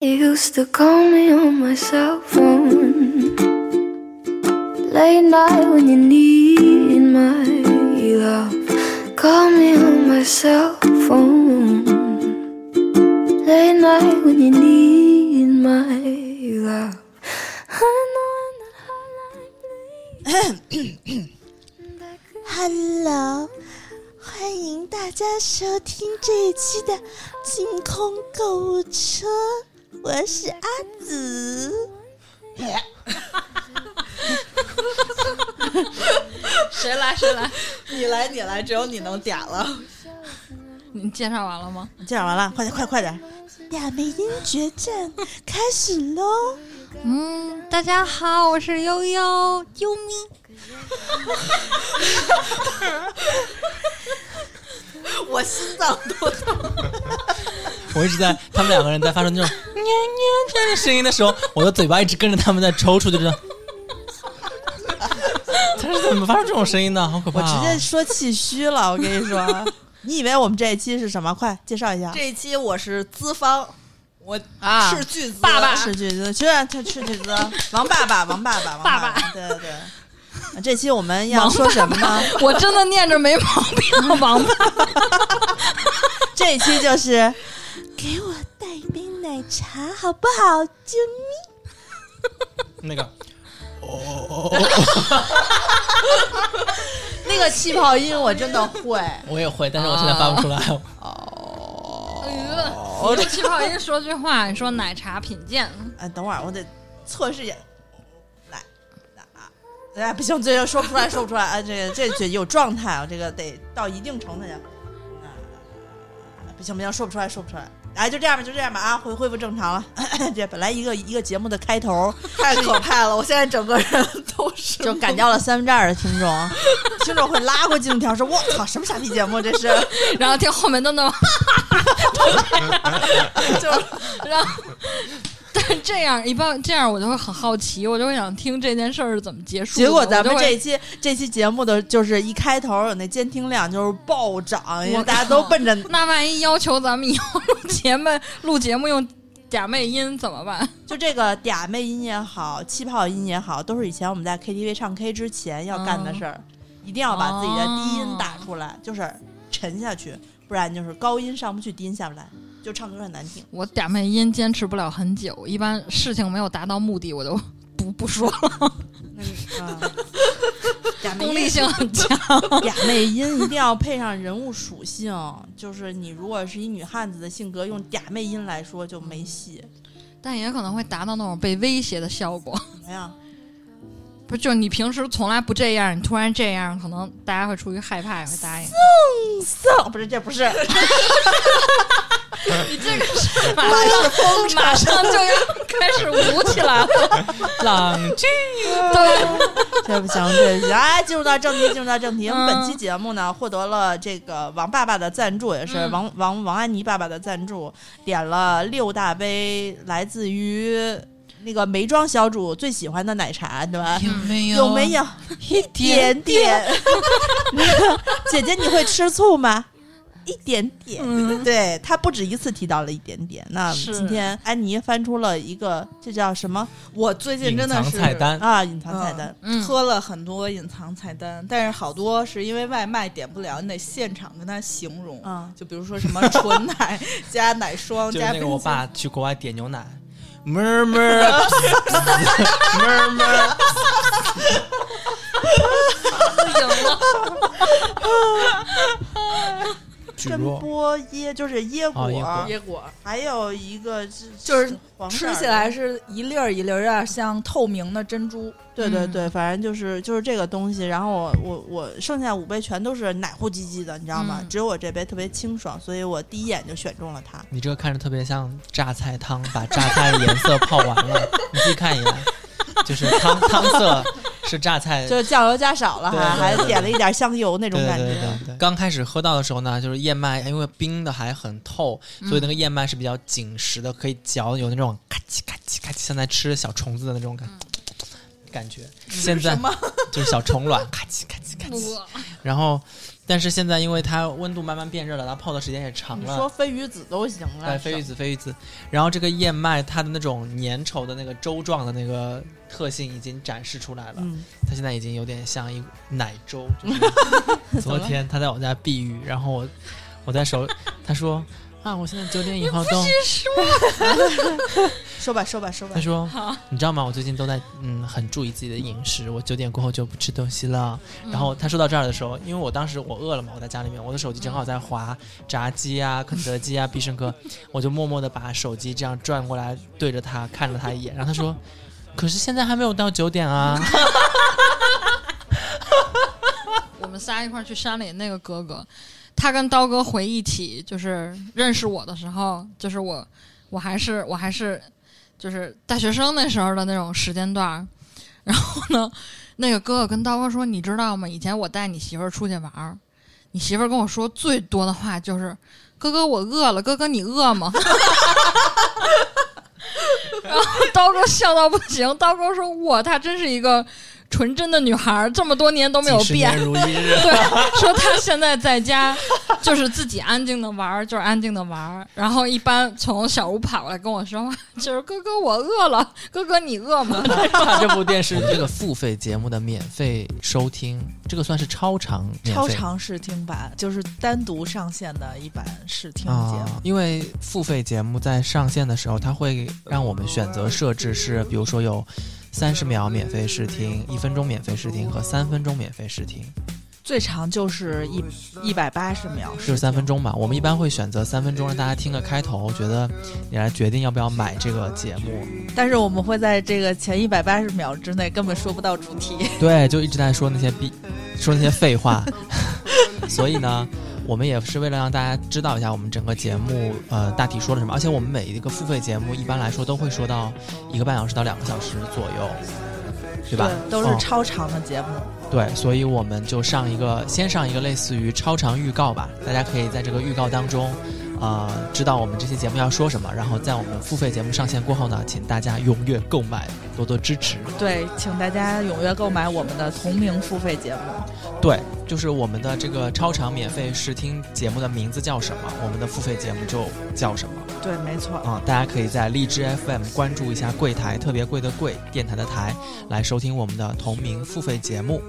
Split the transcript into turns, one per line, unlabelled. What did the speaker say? He used to call me on my cell phone. Late night when you need my love. Call me on my cell phone. Late night when you need my love. I know I'm not hot like me. That could
Hello，欢迎大家收听这一期的《净空购物车》，我是阿紫。
谁来谁来？
你来，你来，只有你能点了。
你介绍完了吗？
你讲完了，快点，快快点！亚梅音决战开始喽！
嗯，大家好，我是悠悠，啾咪。
我心脏都疼。
我一直在他们两个人在发出那种喵喵喵的声音的时候，我的嘴巴一直跟着他们在抽搐，就这样。他是怎么发出这种声音的？好可怕、
我直
啊！
接说气虚了，我跟你说。 你以为我们这一期是什么？快介绍一下。
这一期我是资方，我
啊
斥巨资，
爸爸
赤巨子，居然他赤巨子，王爸爸，王爸爸，王爸爸，对对对。啊这期我们要说什么呢？
我真的念着没毛病， 王八。
这一期就是
给我带一杯奶茶好不好？啾咪，
那个
那个气泡音，我真的会。
我也会，但是我现在发不出来。
啊
呃，你用气泡音说句话，你说奶茶品鉴，
哎，等会儿我得测试一下。来，来，哎，不行，这个说不出来，说不出来。哎，这个这这有状态啊，这个得到一定程度才行。啊不行不行，说不出来，说不出来。哎，就这样吧，就这样吧啊，恢恢复正常了。 这本来一个一个节目的开头，
太可怕了！我现在整个人都是
就赶掉了三分之二的听 众，啊听众会拉过进度条说：“我操，什么傻逼节目这是
然后听后面都那么，
就是
然后。但这样一般，这样我就会很好奇，我就会想听这件事儿是怎么结？”束的。
结果咱们
我就
这
会
一期这期节目的就是一开头有那监听量就是暴涨，因
我
为大家都奔着
那万一要求咱们以后录节目录节目用假妹音怎么办？
就这个嗲妹音也好，气泡音也好，都是以前我们在 KTV 唱 K 之前要干的事儿，一定要把自己的低音打出来，就是沉下去，不然就是高音上不去，低音下不来，就唱歌很难听。
我嗲妹音坚持不了很久，一般事情没有达到目的，我就不不说了。
那你啊， 嗲妹
功
音
利性很强，
嗲妹音一定要配上人物属性，就是你如果是一女汉子的性格，用嗲妹音来说就没戏。
但也可能会达到那种被威胁的效果。
哎呀，
不就你平时从来不这样，你突然这样，可能大家会出于害怕也会答应。
送不是这不 是，
你这个是马上马上就要开始舞起来了，
浪静，
对，
这不行，这不行！ 哎，进入到正题，进入到正题。我
嗯
们本期节目呢，获得了这个王爸爸的赞助，也是
嗯
王、王王安妮爸爸的赞助，点了六大杯来自于那个梅庄小主最喜欢的奶茶，对吧？
有没
有没有一点点？ 姐姐，你会吃醋吗？嗯一点点，对他不止一次提到了一点点。那
是
今天安妮翻出了一个，这叫什么
我最近
隐
真的
藏
是
菜单？
啊？隐藏菜单。
嗯
喝了很多隐藏菜单，但是好多是因为外卖点不了，你得现场跟他形容。
嗯
就比如说什么纯奶加奶霜
就是
加
那
冰
个
淇
我
淋，
爸去国外点牛奶，么儿么儿， 么么 儿。
赢了。
举
跟
弱，
波椰就是椰果，
啊嗯椰果
椰果
还有一个是
就是
黄色
吃
的
起来，是一粒儿一粒儿，有点像透明的珍珠。
对对对，反正就是就是这个东西。然后我我我剩下五杯全都是奶乎唧唧的，你知道吗？
嗯
只有我这杯特别清爽，所以我第一眼就选中了它。
你这个看着特别像榨菜汤，把榨菜的颜色泡完了，你自己看一眼，就是汤汤色是榨菜
就是酱油加少了，
对对
还
对
还
对
点了一点香油那种感
对对
觉。
对对刚开始喝到的时候呢，就是燕麦，因为冰的还很透，所以那个
嗯
燕麦是比较
嗯
紧实的，可以嚼，有那种咔叽咔叽咔叽，像在吃小虫子的那种感觉。感觉。现在
什么？
就是小虫卵，咔叽咔叽咔叽。
我
然后，但是现在因为它温度慢慢变热了，它泡的时间也长
你
了。
说飞鱼子都行了，
对，哎飞鱼子，飞鱼子。然后这个燕麦它的那种粘稠的那个粥状的那个特性已经展示出来了，
嗯，
它现在已经有点像一奶粥。就是昨天他在我家避雨，然后我我在手，他说啊，我现在九点以后都，
说吧说吧说吧
他，说你知道吗？我最近都在嗯很注意自己的饮食，我九点过后就不吃东西了。
嗯
然后他说到这儿的时候，因为我当时我饿了嘛，我在家里面，我的手机正好在滑炸鸡啊、肯德基啊、必 胜客，我就默默的把手机这样转过来，对着他看了他一眼，然后 他说：“可是现在还没有到九点啊。
我们仨一块儿去山里那个哥哥，他跟刀哥回忆起就是认识我的时候，就是我我还是我还是就是大学生那时候的那种时间段儿。然后呢，那个哥哥跟刀哥说：“你知道吗？以前我带你媳妇儿出去玩儿，你媳妇儿跟我说最多的话就是‘哥哥，我饿了’，哥哥你饿吗？” 然后刀哥笑到不行，刀哥说：“我她真是一个纯真的女孩儿，这么多年都”没有
几十
变
年。如一日。
对，说他现在在家就是自己安静的玩儿，就是安静的玩儿。然后一般从小屋跑过来跟我说话，就是哥哥我饿了，哥哥你饿吗？
他这部电视这个付费节目的免费收听，这个算是超长免费
超长试听版就是单独上线的一版试听节
哦
目。
啊因为付费节目在上线的时候，它会让我们选择设置是，比如说有三十秒免费试听、一分钟免费试听和三分钟免费试听，
最长就是一一百八十秒，
就是三分钟嘛。我们一般会选择三分钟，让大家听个开头，觉得你来决定要不要买这个节目。
但是我们会在这个前一百八十秒之内根本说不到主题。
对，就一直在说那些逼，说那些废话。 所以呢，我们也是为了让大家知道一下我们整个节目呃大体说了什么，而且我们每一个付费节目一般来说都会说到一个半小时到两个小时左右，对吧？
都
嗯
是超长的节目。
对，所以我们就上一个，先上一个类似于超长预告吧，大家可以在这个预告当中，呃，知道我们这期节目要说什么，然后在我们付费节目上线过后呢，请大家踊跃购买，多多支持。
对，请大家踊跃购买我们的同名付费节目。
对，就是我们的这个超长免费试听节目的名字叫什么，我们的付费节目就叫什么
对，没错。
啊、大家可以在荔枝 FM 关注一下“柜台”，特别贵的贵，电台的台，来收听我们的同名付费节目。